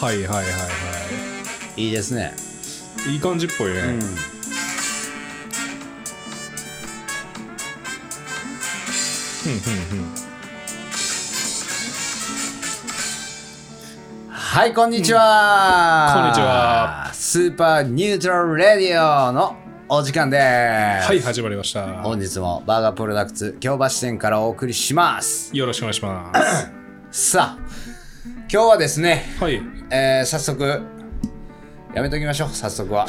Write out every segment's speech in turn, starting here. はいはいはいはいいですねいい感じっぽいね、はいこんにちは、うんこんにちはスーパーニュートラルレディオのお時間ですははい始まりました本日もバーガープロダクツ京橋店からお送りしますよろしくお願いしますさあ今日はですね、はいえー早速やめときましょう早 速は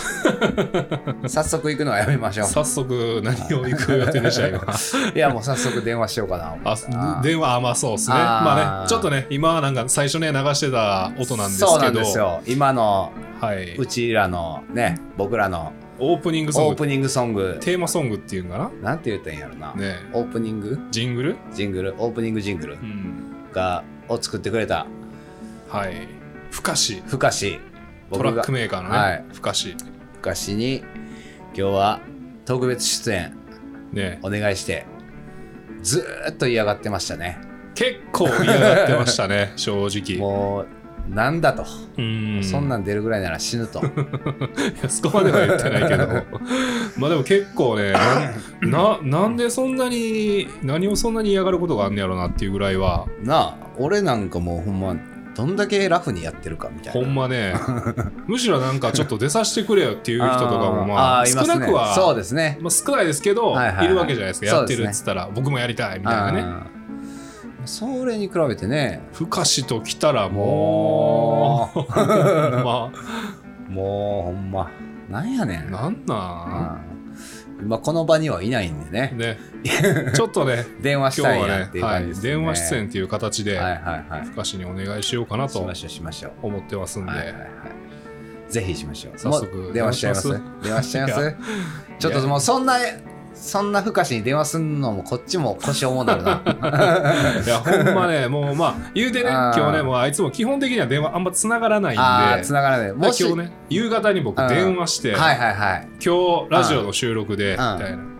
早速行くのはやめましょう早速何を行く予定でした今 いやもう早速電話しようかなあ電話あまあそうですねあーまあねちょっとね今はなんか最初ね流してた音なんですけどそうなんですよ今のはうい、ちらのね僕らのオープニングソオンープグニングソングテーマソングっていうんかななんて言ったらいいんやろな、ねオープニングジングルジングルオープニングジングルうんがを作ってくれたはいふかしふかしト僕ラッがクメーカーのはいねふかしふかしに今日は特別出演ねお願いしてずーっと嫌がってましたね結構嫌がってましたね正直もうなんだと、うんそんなん出るぐらいなら死 ぬといやそこまでは言って ないけどまあでも結構ねなななんでそんなに何をそんなに嫌がることがあんねやろなっていうぐらいはなあ俺なんかもうほんまどんだけラフにやってるかみたいなほんまねむしろなんかちょっと出させてくれよっていう人とかもまあーーい少ますなねくはそうですねまあ、少ないですけど、はいいはいはいるわけじゃないですかやってるっつったら、僕もやりたいみたいなねあーそれに比べてねふかしと来たらもう まあもうほんまなんやねんなんなうん今この場にはいないんでねん ねちょっとね電話し今た日いはなっねていうは感じいです、ね電話出演っていう形で、はいはいはいふかしにお願いしようかなしとましょうしましょう思ってますんで、はいはいはいぜひしましょう早速もう電話しちゃいます電電話しちゃいまいすやちょっともうそんなそんな不可視に電話すんのもこっちも腰重な るないやほんまねもうまあ言うてねあ今ー日ねもうあいつも基本的には電話あんまつながらないんでああ繋がらないもし、今日ね夕方に僕うん電話して、はいはいはい今日ラジオの収録でみうんたいなうんうん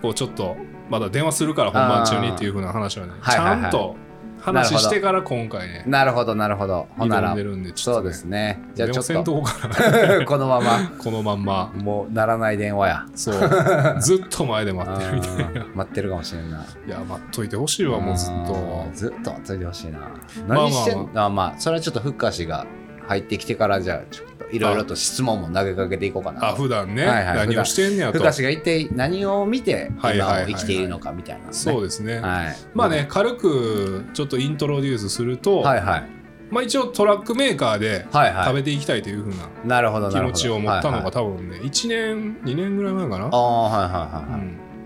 こうちょっとまだ電話するから本番中にっていうふうな話はねあーちはいゃはいはいんと話してから今回ねなるほどなるほどほんな挑らんでるんでちょっとそうでねすねじでゃあちょも戦っと闘か このままらこのまんまもうならない電話やそう ずっと前で 待ってるみたいあー待ってるかもしれんないいや待っといてほしいわもうずっあーとずっとついてほしいなまあまあ何してんの、まあまあそれはちょっとふっかしが入ってきてからじゃあちょっといろいろと質問も投げかけていこうかあな普段ねはいはい何普段をしてんねやふっとかしが一体何を見てはいはいはい今はをい生きているのかみたいなね、そううですねはいまあね軽くちょっとイントロデュースするとはいはいまあ一応トラックメーカーではい食はべていきたいというふうないなるほど気なるほ持ちどを持ったのはいはがい多分ね1年2年ぐらい前かなああはいはいは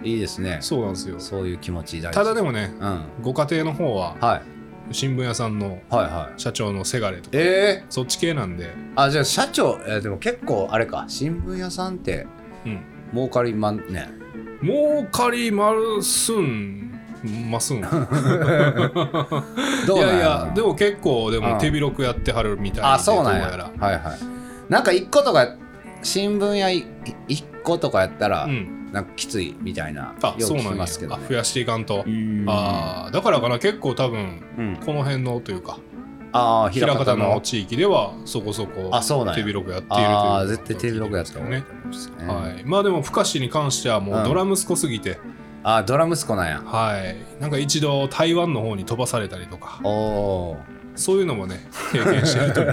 うい、んいいですねそうなんですよそういう気持ち大事ただでもねうんはいご家庭の方ははい新聞屋さんのはい社長のせがれとかえそっち系なんでー、あじゃあ社長、えーでも結構あれか新聞屋さんってうん儲かりまんね儲かりますん ますんいやいどうなんろやでも結構でうんも手広くやってはるみたいであそうなんやどやはいはいなんか一個とか新聞やい一個とかやったら、らうんなんかきついみたいなあよそくうな聞きんやますけど、あね、増やしていかんとうんあーだからかな結構多分うんこの辺のというかあー平平方方のの地域ではそこそこあそうなんや手広くやっているというああ絶対テレビ録やったよ方がいいねと思いますね、はい、まあでも深志に関してはもうドラ息子すぎて、あードラ息子なんやはいなんか一度台湾の方に飛ばされたりとか おそういうのもね経験してると思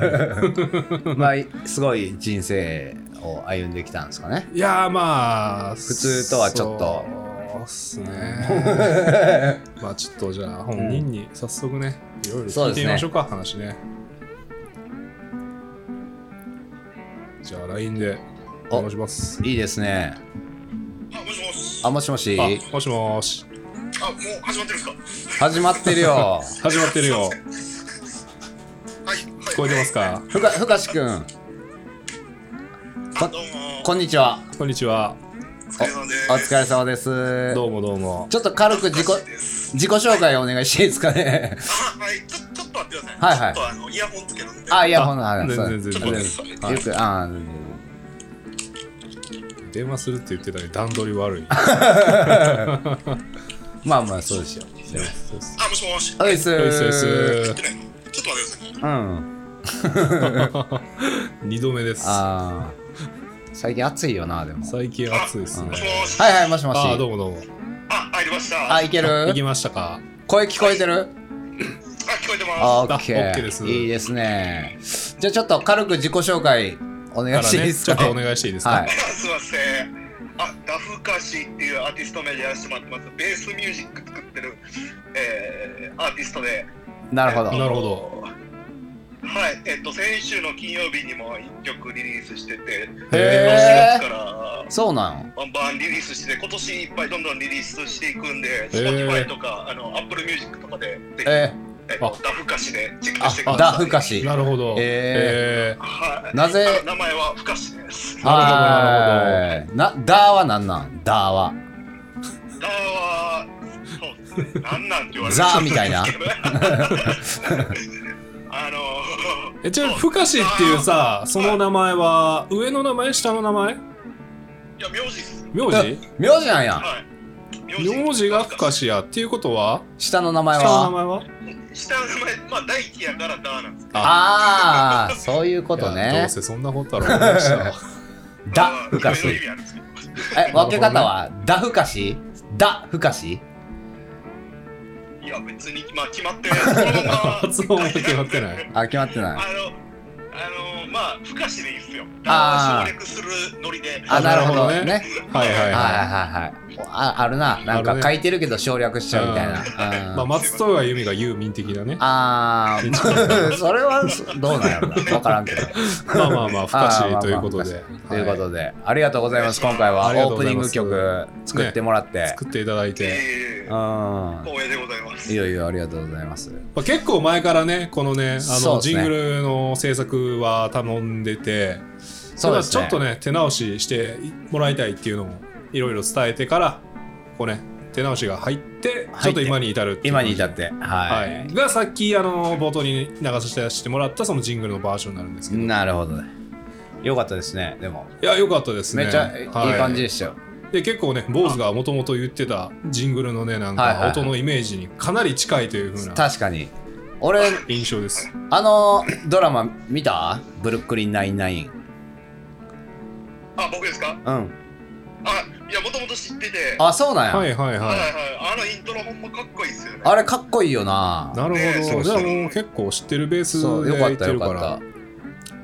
う おまあすごい人生を歩んできたんですかねいやーまあ普通とはちょっとそうっす ねまあちょっとじゃあ本人に早速ねいろいろ聞いてみましょうか話ねじゃあ LINE でお願いしますいいですねあ、もしもし。あもしもしあもしもしあ、もう始まってるんですか。始まってるよ始まってるよはい。聞こえてますかふかふかしくんはい、あどうも。こんにちはこんにちはお疲れ様です。お疲れ様ですどうもどうもちょっと軽く自己お疲れ様です自己紹介お願いしていいですか ねあ、はい。ちょ、ちょっと待ってください。はいはいちょっとあのイヤホンつけるんで。あ、いや、ほんなら、全そう然全ちょっ然全と待っ然てください。よく、あー全然電話するって言ってたのに段取り悪いまあまあ、そうですよ。そうそうそうあ、もしもし。おいっすそうですー。そうですちょっと待ってください。う ん。二度目です。ああ。最近暑いよな、でも。最近暑いですねも。しもし。はいはい、もしもし。ああ、どうもどうも。あ、入りました。あ、あ、いけあ行きるましたか。声聞こえてる聞こえてあまオッケあオッケーーですいいですね。じゃあちょっと軽く自己紹介お願いしていいですか、ちょっとお願いしていいですか。はいす。すいません。あ、ラフカシっていうアーティスト名でやらせてもらってます。ベースミュージック作ってる、えー、アーティストで。なるほど。なるほど。はい、えっと、先週の金曜日にも1曲リリースしてて、へへ4ー月からそうなのバンバンリリースしてて、今年いっぱいどんどんリリースしていくんで、ー Spotify とかあの Apple Music とかで、ぜひ、ええっとダフ歌詞でチェックしてくー、あ、ださい。ダフかし。なるほど。ええはい、なぜあ名前はふかしです。あなはい。な、ダーはなんなんダーは。ダーは、そうですね、なんなんって言われるザーみたいな。 あのえちなみにふかしっていうさその名前は上の名前下の名前いや、名字です。名字名字なんや。はい。名字がふかし。しやっていうことは下の名前下の名は。前は下の名前、まあ、大輝やからダーなんですけど。あ あ、そういうこといやどねう。せそんなことだろう思いました ダフかいろいろ意し。味あるんですけど。え、分け方はダフかしダフかしいや、別に、まあ、決まってない。そのまま 発音は決まってない。あ、決まってあない。の、あの、まあ、ふかしでいいっすよ。あー省略するノリで。あ、なるほどなるほどね。はいはいはいはいははいはい。ああるな。なんあるかね書いてるけど省略しちゃうみたいい、な。 まうあ、ん松任谷由実がユーミン的なね あー、それはそどうなんやろな。わからんけど。まあまあまあふかあーまあましあということでというこはとで、ありがとうございます。今回はありがとオうごープざニいングます曲作ってもらって。作っていただいて、ええう光栄でございます。ん。いよいよありがとうございます。まあ、結構前からねこのねあそうのですねジングルの制作は頼んでてそうですねただちょっとね手直ししてもらいたいっていうのをいろいろ伝えてからこうね手直しが入ってちょっと今に至るっていう今に至って。ははいい、。がさっきあの冒頭に流させてもらったそのジングルのバージョンになるんですけど、いなるほどね。よかったですね。でも、や良かったですねめっちゃいいは感じでしたよ。で結構ね坊主がもともと言ってたジングルのねなんはいはいはかい音のイメージにかなり近いというふうな確かに。俺、印象ですあのドラマ見たブルックリン99。あ、僕ですかうん。あ、いや、もともと知ってて。あ、そうなんや。はいはいはいは。はい。あのイントロほんまかっこいいっすよね。あれかっこいいよないなるねほそどうじそゃうあもう結構知ってるベースでそう、よか言っってたよるかかっらた。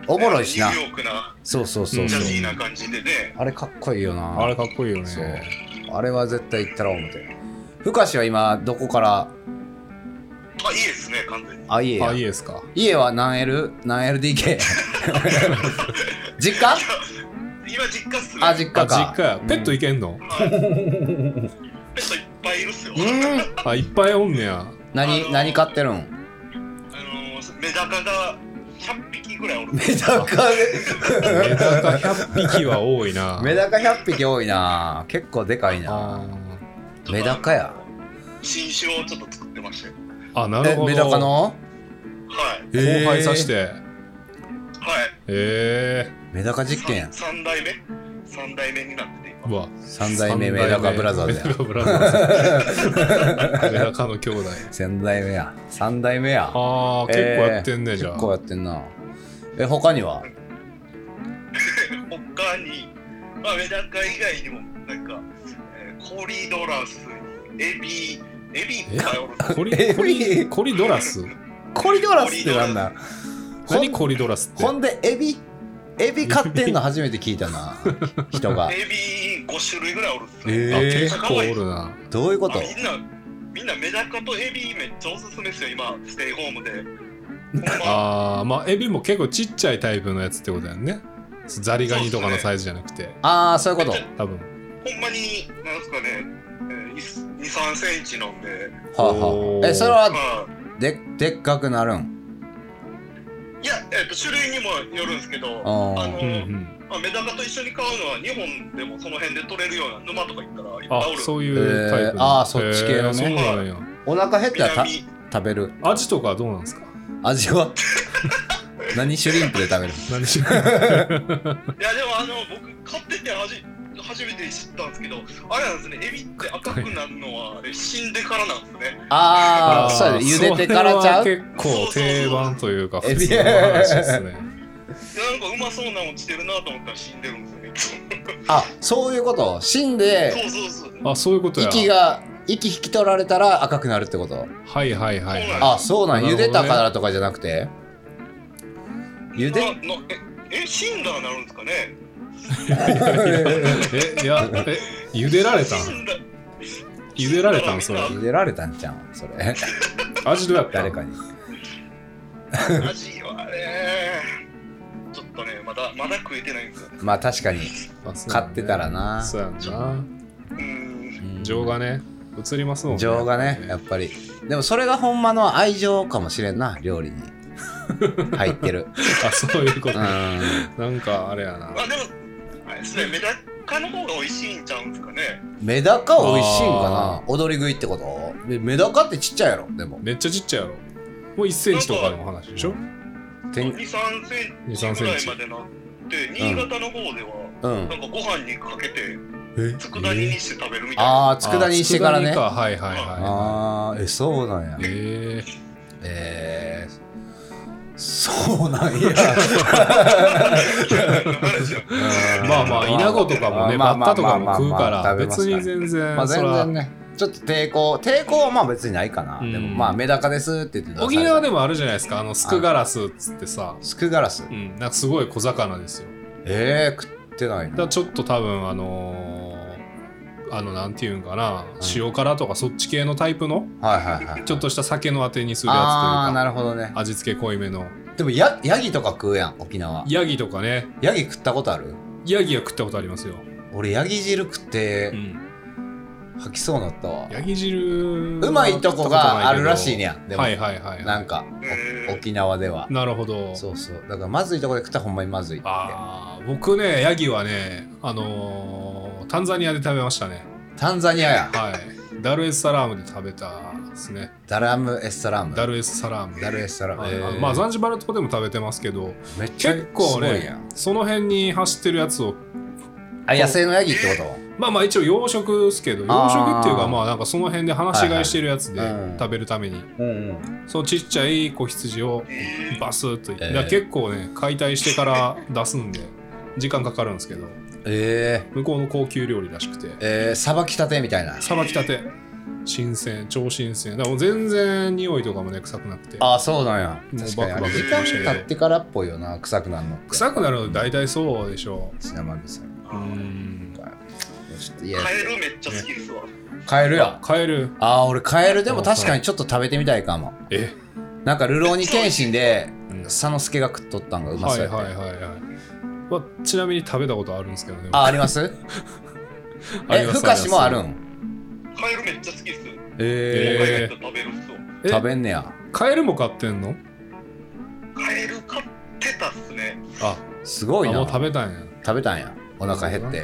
おもろいしなニュ。ーヨークな、そうそうそううんジそャうジ。ーな感じでね。あれかっこいいよな。あれかっこいいよそうね。あれは絶対行ったら思て。深しは今、どこから、あ、いいですね、完全に。あ、家やあいいですか家は何 L? 何 LDK? 実家今、実家っすね。あ、実家あか。実家やペットいけんの、はいペットいっぱいいるっすよ。うあん。あいっぱいおんねやあの何、ー何飼ってるんの、メダカが100匹ぐらいおる。メダカ、メダカ100匹は多いな メダカ100匹多いな。結構でかいあな。メダカや。新種をちょっと作ってましたよ。ーあなるえ、ほどメダカのはい。後輩さしてへはい。えメダカ実験や。三代目三代目になってて今うわ三代目メダカブラザーズメやダ。カブラザー ズメダカの兄弟三代目や。三代目や。ああ結構やってんね、えーじゃあ結構やってんな。え、他には他に、まあ、メダカ以外にもなんか、えーコリドラスエビエビいっぱいおるコえリコリコリドラスコリドラスってなんだほん何コリドラスってほんでエビエビ買ってんの初めて聞いたな人がエビ5種類ぐらいおるっすえよあー結構おるなどういうこあとみんなみんなメダカとエビめっちゃおすすめですよ今ステイホーム でほんまあーまあエビも結構ちっちゃいタイプのやつってことやんねザリガニとかのサイズじゃなくてああそういうこめっちと多分ほんまになんすかね、えー、23センチなんではあおはあーえそれまはあででっかくなるんいや、えっと種類にもよるんですけどあーあの、うんうんまあ、メダカと一緒に買うのは日本でもその辺で取れるような沼とか行ったらいっぱあいおるそういうタイプえーのあーそっち系のえねーそうなんやお腹減ったらた南食べるアジとかどうなんですか味は 何シュリンプで食べる何いやでもあの僕買ってて味初めて知ったんですけど、あれなんですね、エビって赤くなるのはあれ死んでからなんですね。あーあ、そうやで茹でてからちゃそれうは結構定番というかそう普そうそ通うの話ですね。なんかうまそうなの落ちてるなと思ったら死んでるんですよねいつも。あ、そういうこと。死んで、そうそうそう。あそういうことや。息が、息引き取られたら赤くなるってこと。はいはいはいはい。あ、そうなん。なるほ茹どねでたからとかじゃなくて茹でななえ、え死んだらなるんですかねえいやえ茹でられたん死んだ茹でられたん死そんれだら茹でられたんちゃうんそれ。味どうやった誰かに。味はね、ちょっとね、まだまだ食えてないんですよ。まあ確かに、あそうやね買ってたらな。そうやんなうーん。うん情がね映りますもんね情がね、やっぱり。でもそれがほんまの愛情かもしれんな、料理に。入ってる。あそういうこうとん。なんかあれやなまあでも、あれですね、メダカの方が美味しいんちゃうんですかね。メダカ美味しいんあかな踊り食いってことメメダカってちっちゃいやろでもめっちゃちっちゃいやろもう1センチとかの話でしょてん2、3センチぐらいまでなって、新潟の方では、うんなんかご飯にかけて、え佃煮にして食べるみたい な。ああ佃煮にしてからあ佃ね煮はいはいはああえそうなんやいえーえー、そうなんや うんまあまあイナゴとかもねまバあッまあタとかも食うかまあまあら食べます別からに全ま然そあ全ら然ねちょっと抵抗抵抗はまあ別にないかな、うんでもまあメダカですって言って沖縄でももあるじゃないですかあのスクガラスっつってさスクガラスうんなんかすごい小魚ですよえー、食ってなだいからなちょっと多分あのーあのなんていうんかな、塩辛とかそっち系のタイプのはいはいはいちょっとした酒のあてにするやつというああーなかるほどね味付け濃いめのでもヤヤギとか食うやん沖縄ヤギとかねヤギ食ったことあるヤギは食ったことありますよ、俺ヤギ汁食って、うん、吐きそうなったわヤギ汁はうまいとこがあるらしいねや食っでたも、ことないけどはいはいはいなんかえお沖縄ではなるほどそうそうだからまずいとこで食ったらほんまにまずいってあー僕ねヤギはねあのータンザニアで食べましたねタンザニアやはいダルエスサラームで食べたですねダラムエッサラムダルエスサラームダルエッサラム、はいえーまあザンジバルとこでも食べてますけどめっちゃ結構すごいやねんその辺に走ってるやつをあ野生のヤギってこまあまあ一応養殖っすけど養あー殖っていうかまあなんかその辺で放し飼いしてるやつではいはいうん食べるために、とうんうんそのちっちゃい子羊をーバスッと、ええだから結構ね解体してから出すんで時間かかるんですけどえ向こうの高級料理らしくてー、えー、さばきたてみたいなさばきたて新鮮超新鮮だからもう全然匂いとかもね臭くなくてああそうなんやもう確かにバあクバれク時して間ましたけど経ってからっぽいよな臭くなるの臭くなるの大体そうでしょ血生臭いううんちょっと嫌やカエルめっちゃ好きですわ。カエルやカエルああ俺カエルでも確かにちょっと食べてみたいかもえなんか「流浪に剣心」でうん佐之助が食っとったんがうまはそいうやった、はいはいはい、まあ、ちなみに食べたことあるんですけどねああ りますえふかしもあるんカエルめっちゃ好きです。えカエルめっちゃ食べるっすわ。え食べんねやカエルも買ってんのカエル買ってたっすね。あすごいあもなう食べたんや食べたんやお腹減ってい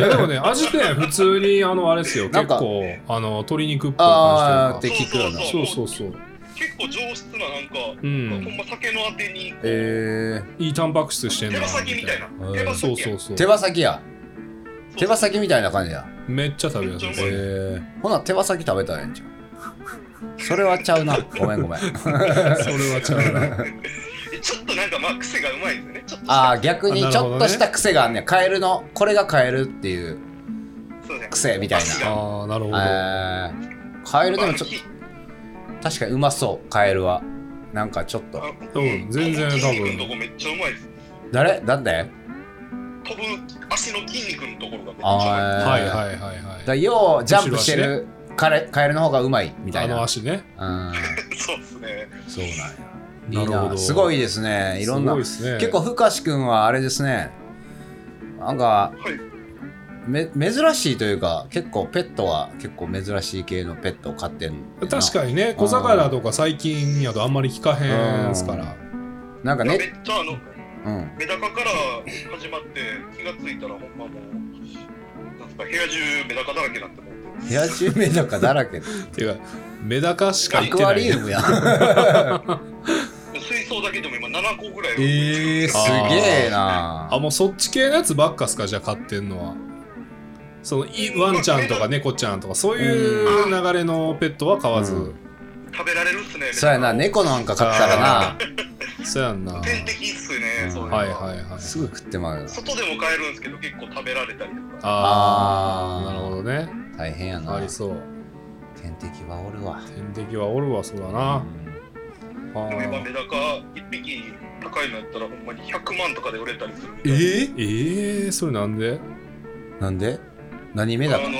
やでも ね味ってね普通にあのあれですよな結んか構あの鶏肉っぽいあー感っじてというか聞くよなてそうそうそう結構上質ななんうか、ほんんま酒のあてにえいいタンパク質してん手だ羽先みたいな。手羽先そや。うそうそうー、手羽先やそう手羽先みたいな感じやめっちゃ食べやすいえですー、ほな手羽先食べたらええんちゃうそれはちゃうなごめんごめんそれはちゃう なちょっとなんかまあ癖がうまいですね。ちょっとああ逆にあなちるほどょっねとした癖があんねんカエルのこれがカエルっていうそうね。癖みたいあああなるほどなえー、カエルでもちょっと確かにうまそうカエルはなんかちょっとうん全然多分筋肉のとこめっちゃうまいです。誰なんで飛ぶ足の筋肉のところがめっちゃうまい。あーはいはいはいだはからいようジャンプしてるカレカエルの方がうまいみたあいのな足ねうん そうですね。そうなんやい ないるほなどすごいですねいろんなすごいですね結構深志君はあれですねなんかはい。め珍しいというか結構ペットは結構珍しい系のペットを飼ってる確にかにね小魚とか最近やとあんまり聞かへんすからなんかいやねめっちゃあのうんメダカから始まって気がついたらほんまもうなんすか部屋中メダカだらけになって思って部屋中メダカだ らけっていうかメダカしかア言ってクアないリウムやん水槽だけけでも今7個ぐらいはえー、すげえなあもうそっち系のやつばっかっすかじゃあ買ってんのはそのいワンちゃんとか猫ちゃんとかそういう流れのペットは買わず、うん食べられるっすね。 そうやな猫なんか買ったらなそうやんなは天敵っすね、そういうのいはいはいすぐ食ってまうよ外でも買えるんですけど結構食べられたりとかあああーなるほどね大変やあなりそう天敵はおるわ天敵はおるわそうだな、あでも今ーメダカ1匹高いのやったらほんまに100万とかで売れたりするみたいなええー、それなんでなんで何目だあのいい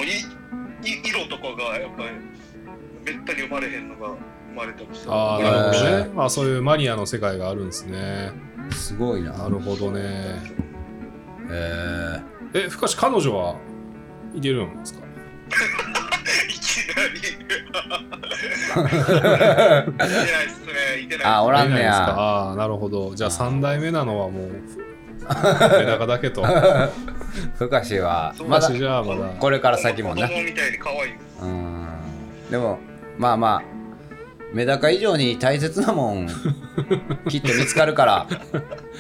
色とかがやっぱりめったに生まれへんのが生まれたりしてああーなるほどえね、あそういうマニアの世界があるんですねすごいななるほどねええ深し彼女はいれるんですかいきなりー、いてないっすねいてないっすあおらんねいないですかやああなるほどじゃああー3代目なのはも うメダカだけとふかしはそうまだ私じゃあまだこれから先も子な供みたいに可愛いうんでもまあまあメダカ以上に大切なもん きっと見つかるから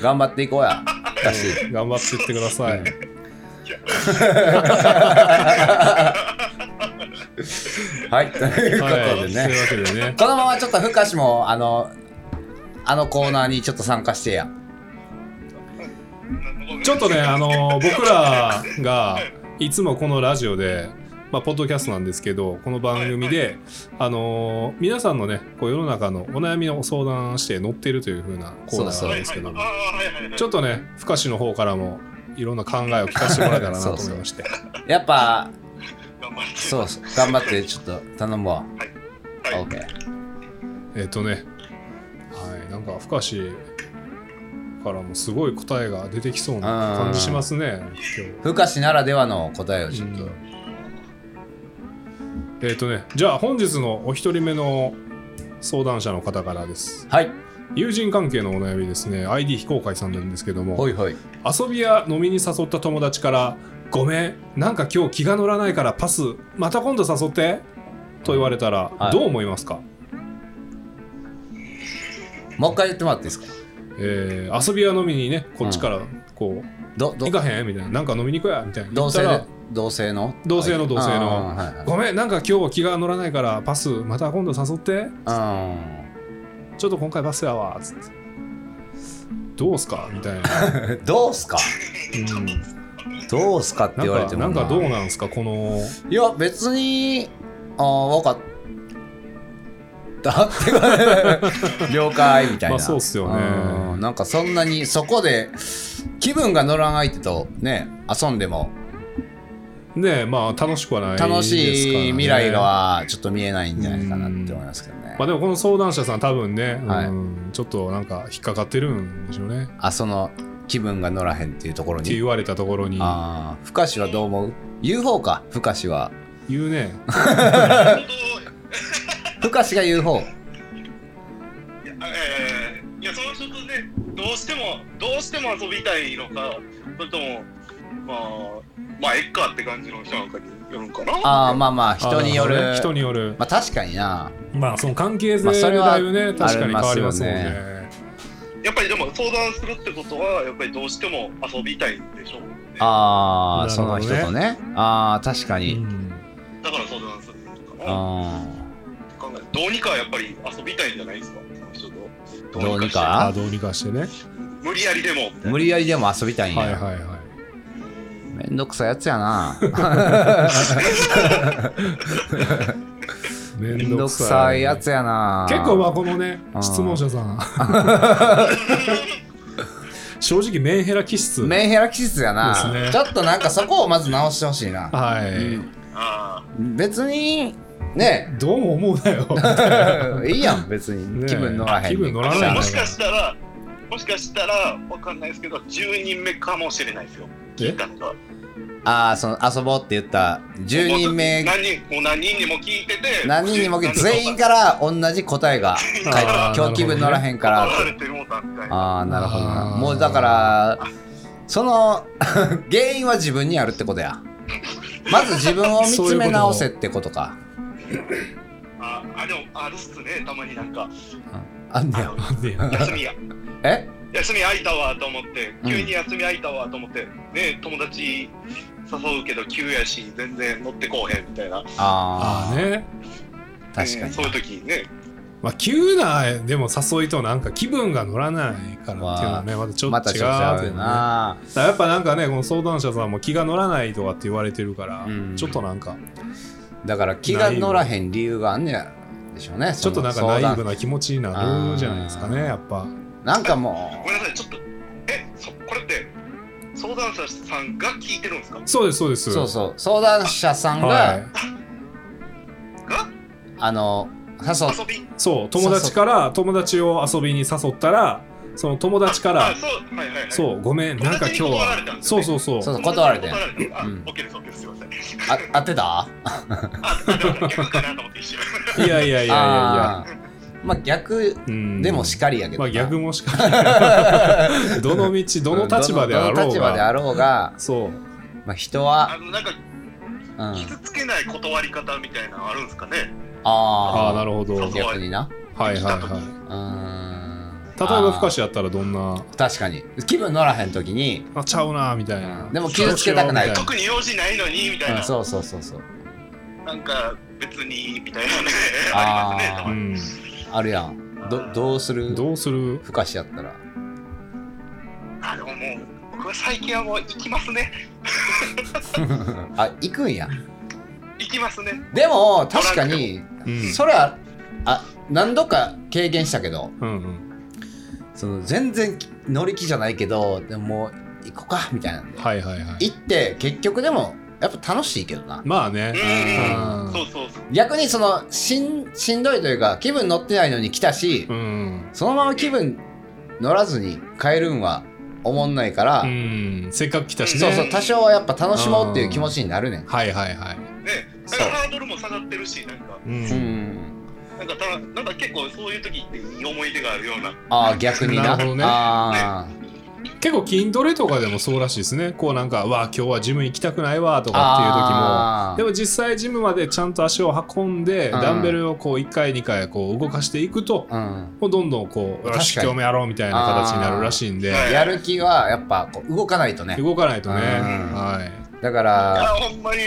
頑張っていこうやふかし頑張っていってくださいはいというこはいとでね、というわけでねこのままちょっとふかしもあのあのコーナーにちょっと参加してやちょっとね、あの僕らがいつもこのラジオで、まあ、ポッドキャストなんですけど、この番組で、あの皆さんのね、こう世の中のお悩みを相談して乗っているという風なコーナーなんですけど、はいはいあーはいはいはいちょっとね、深志の方からもいろんな考えを聞かせてもらえたらなと思いまして、やっぱ頑張ってそうそう頑張ってちょっと頼むわはい OK えっ、とね、はい、なんか深志からもすごい答えが出てきそうな感じしますね、今日。ふかしならではの答えをちょっと、うんえっ、とね、じゃあ本日のお一人目の相談者の方からです。はい友人関係のお悩みですね、ID 非公開さんなんですけどもほ、いほい遊びや飲みに誘った友達から、ごめん、なんか今日気が乗らないからパス、また今度誘ってと言われたら、はいどう思いますか、もう一回言ってもらっていいですかえー遊びや飲みにね、こっちからこう、どど行かへんみたいな、なんか飲みに行くやみたいな。同性言っでたら同性の同性の同性のあーはいはいごめん、なんか今日は気が乗らないからパス、また今度誘ってちょっと今回バスやわっつって。どうすかみたいな。うんどうすかうんどうすかって言わなれんてかもなんかどうなんすかこの。いや別にああ分かった って言われ了解みたいまな、あそうっすよねうんなんかそんなにそこで気分が乗らない人とね遊んでもねえ、まあ楽しくはないですから、ね。楽しい未来。がちょっと見えないんじゃないかなって思いますけどねまあでもこの相談者さん多分ね、はいうんちょっとなんか引っかかってるんでしょうね。っあその気分が乗らへんっていうところてに言われたところにああ深しはどう思う ?UFO か深しは言うね。本深しが UFO 当いやえーいやその人とねどうしてもどうしても遊びたいのかそれともまあまあえっかって感じの人なんかによるんかなああまあまあ人によあるの人による。まあ確かになまあその関係性まあそでれはだいぶね、確かに変わりますもんありね。やっぱりでも相談するってことはやっぱりどうしても遊びたいんでしょう、ね、ああなるそほのどね人とねああ確かに、うんだから相談するのかなあ考えどうにかやっぱり遊びたいんじゃないですかその人とどうにかしてああどうにかしてね。無理やりでもー無理やりでも遊びたいんや、はいはいはい。めんどくさいやつやなめ めんどくさいやつやな結構まあこのねあー質問者さん 正直メンヘラ気質メンヘラ気質やな、ですねちょっとなんかそこをまず直してほしいな、はい、 あ別にねどうも思うな よいいやん別にね気分乗らへんね気分乗らあなでいもんだもしかしたらもしかしたらわかんないですけど10人目かもしれないですよ聞いたのがああその遊ぼうって言った10人目何人もう何人にも聞いてて何人にも10全員から同じ答えが返ってあー今日気分乗らへんから取られてもうたみたいなああなるほどなあーもうだからその 原因は自分にあるってことやまず自分を見つめ直せってことかああでもあるっすねたまになんかあんねあやのなんでや休みやえ休み空いたわと思って、急に休み空いたわと思って、ね、友達誘うけど急やし、全然乗ってこうへんみたいな。あああ、 あね確かうんにそういう時にね、まあ急なでも誘いとなんか気分が乗らないからっていうのはねまたちょまったとち違ょうっとってい違ううのはねだなからやっぱなんかねこの相談者さんも気が乗らないとかって言われてるから、うんちょっとなんかだから気が乗らへん理由があんねやでしょうねちょっとなんかナイーブなな気持ちになるじゃないですかねあーやっぱなんかもごめんなさい、ちょっと、え、そこれって、相談者さんが聞いてるんですかそうですそうですうそうそう相談者さんが、はいがあの誘っ遊びそう友達から友達を遊びに誘ったらその友達かあらそう、はいはいはい。。そううごめんなんか今日友達に断られたはんですそねうそうそうそう断られて断られた。あ、うオんッケーです、オッケーです、すいません。あ合ってたあ、あでも逆かなと思って一いや瞬。いやいやいやいやあーまあ逆うんでもしかりやけどまな、あ逆もしか りどの道どの立場であどのどのろう立場であがろうが、そうまあ、人は、あの、なんか、うん、あ傷つけない断り方みたいなのあるんですかねあああなるほどはいそうは逆にないうはいうん例例えば深志やったらどんな確かに気分乗らへん時に、あちゃうなみたいなでも傷つけたくないどうしようみ特に用事ないのに、みたいうな。ん、そうそうそうそうなんか、別に、みたいなね。あーありますねたたいまに。なあるやんどどうすうんるどうするふかしやったら あ、でももう、僕は最近はもう行きますね。あ行くんや行きますね。でも確かに、うんそれはあ何度か経験したけどうんうんその全然き乗り気じゃないけどでももう行こうかみたいなんで、はいはいはい行って結局でもやっぱ楽しいけどなまあうねんううんん。そうそうそう。逆にそのしんしんどいというか気分乗ってないのに来たし、うんそのまま気分乗らずに帰るんは思んないから、うんせっかく来たしねそうそう多少はやっぱ楽しもうっていう気持ちになるねんはいはいはいね、なんかそうハードルも下がってるし、なんか、ううんんなんかたなんか結構そういう時っていい思い出があるような。ああ逆にななるほどねあー結構筋トレとかでもそうらしいですねこうなんか「わあ今日はジム行きたくないわ」とかっていう時あもーでも実際ジムまでちゃんと足を運んでうんダンベルをこう1回2回こう動かしていくとうんもうどんどんこう「確かによし今日もやろう」みたいな形になるらしいんであやる気はやっぱこう動かないとね動かないとねうんはいだからあほんまに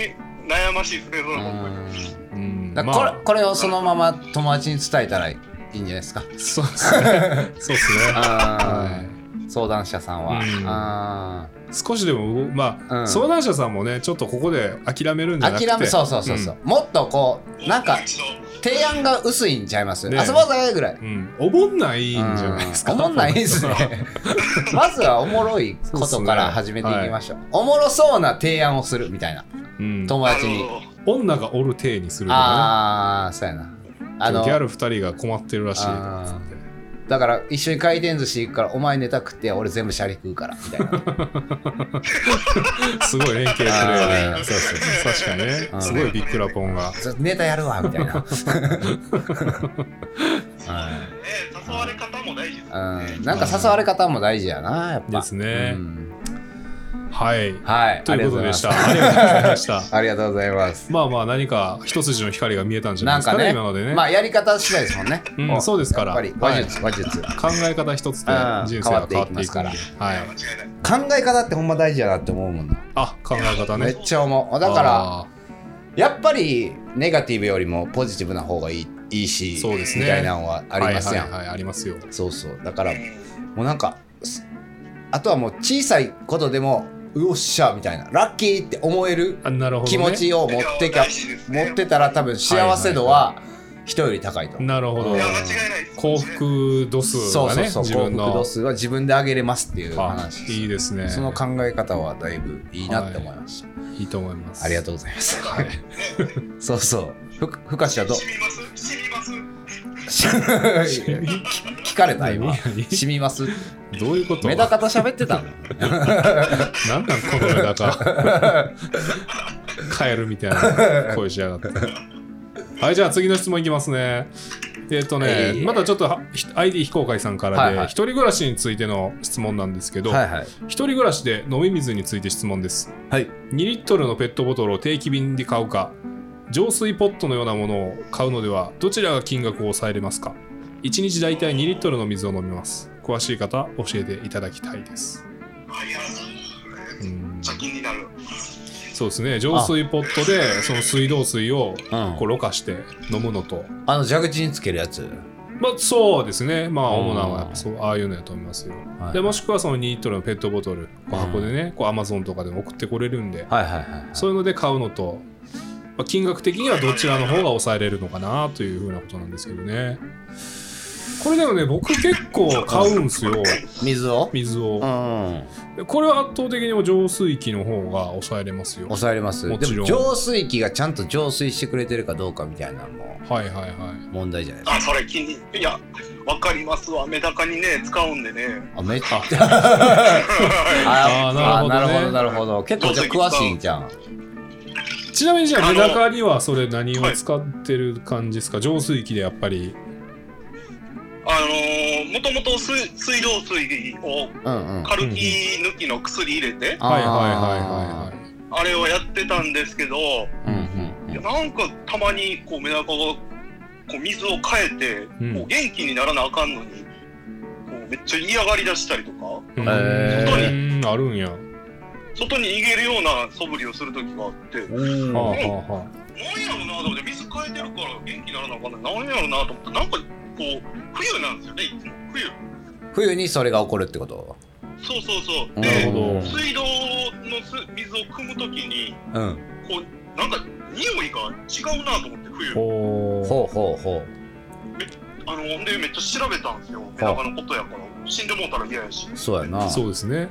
悩ましいですね、そのうほんまにんうんだからこれ,、これをそのまま友達に伝えたらいいんじゃないですかそうですねそうですねあはー相談者さんは、うんあい少しでも動まあ、うん相談者さんもねちょっとここで諦めるんじゃなーくて諦めそうそうそうそう、もっとこうなんかもう一度提案が薄いんちゃいます、ね遊ばないぐらいうん、おぼんないんじゃないですか。うんおもんないですね まずはおもろいことから始めていきましょうおもろそうな提案をするみたいなうん、友達に、あの女がおる体にするとかああそうやなね。あのギャル二人が困ってるらしいとかっつって。だから一緒に回転寿司行くからお前ネタ食って俺全部シャリ食うからみたいなすごい連携プレーあーで。そうそう そう確かにねう。んすごいビックラポンが。ちょっとネタやるわみ たいな、ね誘われ方も大事ですね。うん、なんか誘われ方も大事やなやっぱですねうんはい。はいということでした。あありりがとうござがとうございいまましすた。ありがとうございますまあまあ何か一筋の光が見えたんじゃないなでんすかかねね今のでね、まあやり方次第ですもんね、うんそうですからやっぱり話術、話術考え方一つで人生は変わっていくんで、うん変わっていきますはいいや間、違いない。考え方ってほんま大事やなって思うもんな、あ考え方めねっちゃ思うだからあやっぱりネガティブよりもポジティブな方がいいいいしそうですねみたいなのはーありますやん、はいはいはい、ありますよそうそうだからうんもうなんかすあとはもう小さいことでもうおっしゃみたいなラッキーって思えるあなるほど、ね、気持ちを持ってか、いや大事ですね持ってたら多分幸せ度は人より高いと、なるほどいや間違いないです。幸福度数そうがそうねそう自幸分福の度数は自分で上げれますっていうあ話いいですねその考え方はだいぶいいなって思いました、いいと思いますありがととうございますはい そうそうふふかしはどう 染みます染みます聞かれた今何染みます どういうことメダカと喋ってたのなんなんこのメ ダカカエルみたいな声しやがってはいじゃあ次の質問いきますねえっ、とね、えいえまだちょっとはひ ID 非公開さんからで、はいはい一人暮らしについての質問なんですけど、はいはい一人暮らしで飲み水について質問ですはい2リットルのペットボトルを定期便で買うか浄水ポットのようなものを買うのではどちらが金額を抑えれますか1日だいたい2リットルの水を飲みますこ詳しい方教えていただきたいです。ありがとうう。ん貯金になる。そうですね浄水ポットでその水道水をうんこうろ過して飲むのと、あの蛇口につけるやつ、まあ、そうですねまあうん主なのはやっぱそうああいうのやと思いますよ、はい、でもしくはその2リットルのペットボトルこう箱でねこうアマゾンとかでも送ってこれるんで、はいはいはいはいそういうので買うのと、まあ、金額的にはどちらの方が抑えれるのかなというふうなことなんですけどねこれでもね僕結構買うんすよ水を水をう、んこれは圧倒的にも浄水器の方が抑えれますよはい抑えれますもでちろもん浄水器がちゃんと浄水してくれてるかどうかみたいなのもはいはい問題じゃないですあ、それ気に。いや、わかりますわ。メダカにね、使うんでね。かあめっちゃああーあななるるほどほねどなるほど結構じゃあ詳しいんじゃんちなみにじゃああメのダカにはそれ何を使ってる感じですか浄水器でやっぱり あのー、もともと水水道水をうんうんカルキ抜きの薬入れて、はいはいはいはいはいあれをやってたんですけど、いはいうんうんいうんやなんかたまにこうメダカがこう水を変えて、んこう元気にならなあかんのにこうめっちゃ嫌がりだしたりとかうへーんあるんやは外に逃げるような素振りをする時があってなんあはあはやろうなと思って水変えてるから元気にならなあかんのになんやろうなと思ってなんかこう冬なんですよねいつも冬冬にそれが起こるってことそうそうそうなるでほどうん水道のす水を汲む時にうんこうなんか匂いが違うなと思って冬ほうほうほうほうあのでめっちゃ調べたんですよメダカのことやから死んでもうたら嫌やしそうやなそうですね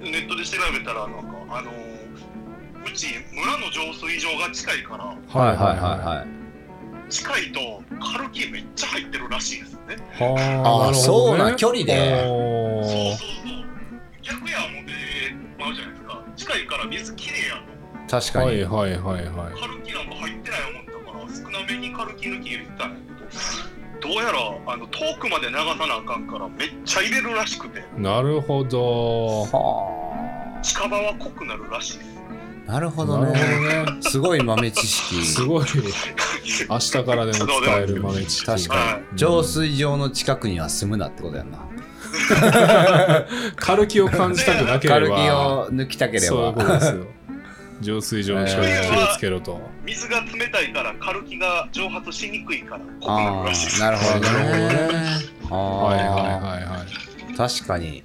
ネットで調べたらなんかあのー、うち村の浄水場が近いからはいはいはいはい近いとカルキめっちゃ入ってるらしいですよねいはあなるほどねあそうなん距離でおそうーそうそう逆や思ってまうじゃないですか近いから水きれいや確かはいにはいはいはいとカルキなんか入ってない思ったから少なめにカルキ抜き入れてたんやけどどうやらあの遠くまで流さなあかんからめっちゃ入れるらしくてなるほどは近場は濃くなるらしいですあなるほどなるほどねねすごい豆知識すごい明日からでも使える豆知識確かうん浄水場の近くには住むなってことやんな軽気を感じたくなけカれルキをば抜きたけれそういうこばとですよ浄水場の近くに気をつけろと、水が冷たいからカルキが蒸発しにくいから濃くなあるらしいであすなるほどねなるほどあ はいはいあはいはい確かに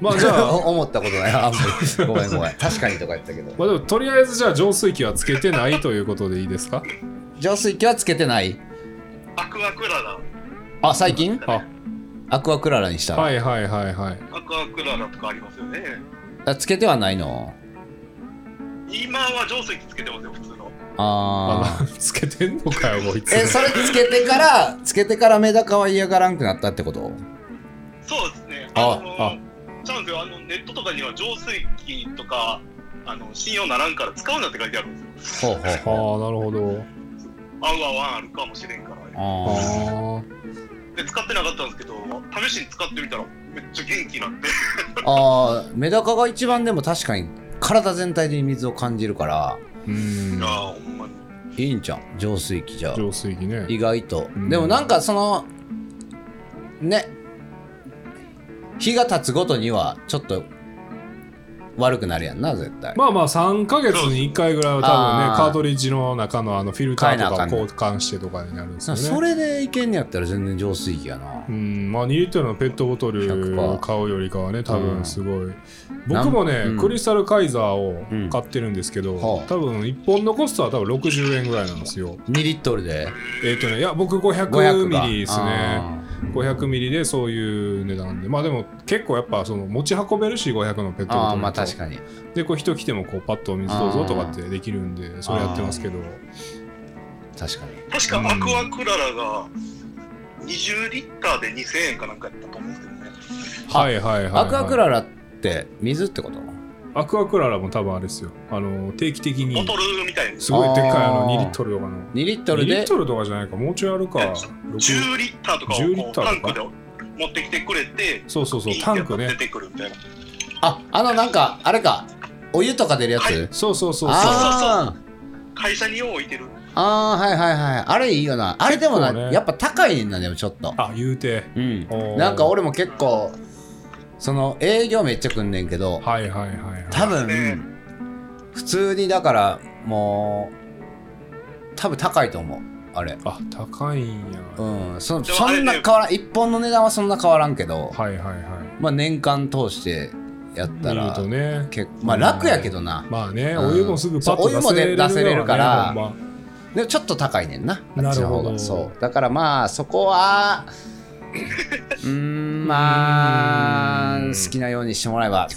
まあじゃあ 思ったことないあんまりごめんごめん確かにとか言ったけどまあでもとりあえずじゃあ浄水器はつけてないということでいいですか浄水器はつけてないアクアクララあ最近あアクアクララにした、はいはいはいはいアクアクララとかありますよねあつけてはないの今は浄水器つけてますよ普通のああ つけてんのかよこいつあえそれつけてからつけてからメダカは嫌がらんくなったってことそうですねあのそうなんですよあのネットとかには浄水器とかあの信用ならんから使うなって書いてあるんですよほうほうああなるほど合う合わんあるかもしれんからああで使ってなかったんですけど試しに使ってみたらめっちゃ元気になってーあーメダカが一番でも確かに体全体で水を感じるからあうんあほんまにいいんじゃん浄水器じゃあ浄水器ね意外と、うんでもなんかそのね日が経つごとにはちょっと悪くなるやんな絶対、まあまあ3ヶ月に1回ぐらいは多分あねーカートリッジの中のあのフィルターとか変えなあかんね交換してとかになるんですよねそれでいけんねやったら全然浄水器やな、うんまあ、2リットルのペットボトル100%買うよりかはね多う分んすごい、なん僕もね、うんクリスタルカイザーを買ってるんですけど、んはあ多分1本のコストは多分60円ぐらいなんですよ2リットルでえっ、とねいや僕500 500ミがリですねあ500ミリでそういう値段でまあでも結構やっぱその持ち運べるし500のペッートボトルあーまあ確にかにでこう人来てもこうパッとお水どうぞとかってできるんでそれやってますけど確かに確かアクアクララが20リッターで2000円かなんかやったと思うんですけどねはいはいはい、はい、アクアクララって水ってことアクアクララも多分あれですよあの定期的にボトルみたいなすごいでっかいあのあー2リットルとかの。 2リット2ルリッでトルとかじゃないか、もうちょいあるか。6 10リッターとかを10リッこうタターンとかクで持ってきてくれてそうそうそうピ、ターンってクやってね出。てくるみたいなああのなんかあれかお湯とか出るやつ、はいそうそうそうそう。あああ会社によう置いてるああ、はいはいはい。あれいいよな。あれでもな、結構ねやっぱ高いねんな、でもちょっと。あ言うてうんおー。なんか俺も結構、その営業めっちゃくんねんけど、はいはいはいはい多分、普通にだから、もう、多分高いと思う。あれ。あ高いんや、うん。そでもそんなあれね変わらん、一本の値段はそんな変わらんけど、はいはいはいまあ年間通してやった見るらと、ね結構、まあ楽やけどな。まあね、うんお湯もすぐパッとそうお湯もね出せ出せれれるるか、かららねほんまでもちょっと高いねんな。なるほどあっちの方がそう。だからまあそこは、うーん、まあ、うーん好きなようにしてもらえば。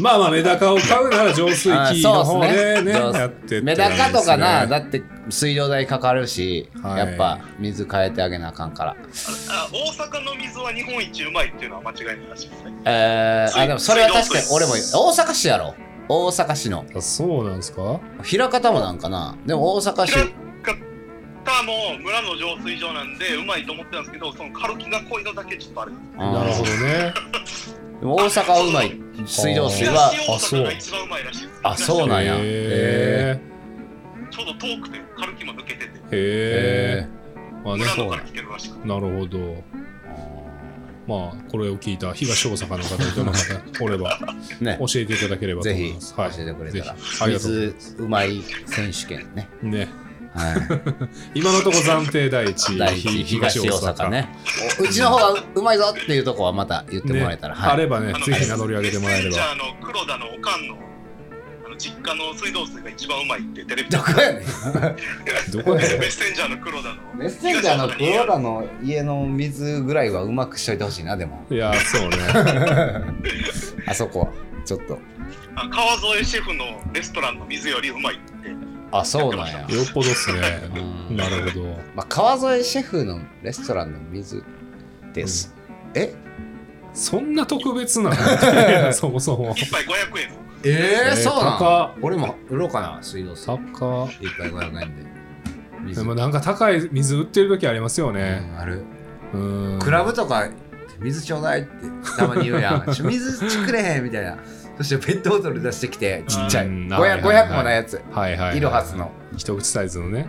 まあまあメダカを買うなら浄水器の方でねあそうっすねやってってメダカとかな、だってって水道代かかるし、はいやっぱ水変えてあげなあかんから。あ大阪の水は日本一うまいっていうのは間違いないらしいですね。えー、あ、でもそれは確かに俺も、水大阪市やろ。大阪市の。そうなんですか枚方もなんかな。でも大阪市、枚方も村の浄水場なんでうまいと思ってたんですけど、その軽気が濃いのだけちょっとあれ。うんなるほどねでも大阪はうまい水道水東は。大阪が一番うまいらしいです。あそうなんやへちょうど遠くて軽気も抜けてて、えへえまあね村そのうから来てるらしくて。なるほどまあこれを聞いた東大阪の方どの方おればね。教えていただければとぜ思いひます教えてくれたら、ぜひありがとうござい水うまい選手権ね、ますねは今のところ暫定第一 い、第一東大阪ねおうちの方がうまいぞっていうとこはまた言ってもらえたら、ねはあい、ればねあのぜひ名乗り上げてもらえれメッセンジばャーの黒田のおかんのあの実家の水道水が一番うまいってテレビでどこやねんどこ メやッセンジャーの黒田のメッセンジャーの黒田の家の水ぐらいはうまくしといてほしいなでもいやそうねあそこはちょっとあ川添シェフのレストランの水よりうまいってあそうなんや、よっぽどっすねうんなるほどまあ、川添シェフのレストランの水です、えそんな特別な のそもそも一杯500円ですええー高っ俺も売ろうかな水道水高一杯500円でい水でもなんか高い水売ってる時ありますよねうんあるうんクラブとか水ちょうだいってたまに言うやんちょ水ちくれへんみた いなそしてペットボトル出してきてちっちゃいうん 500, はいはいはい500もないやつはいはいはいイロハスの一口サイズのね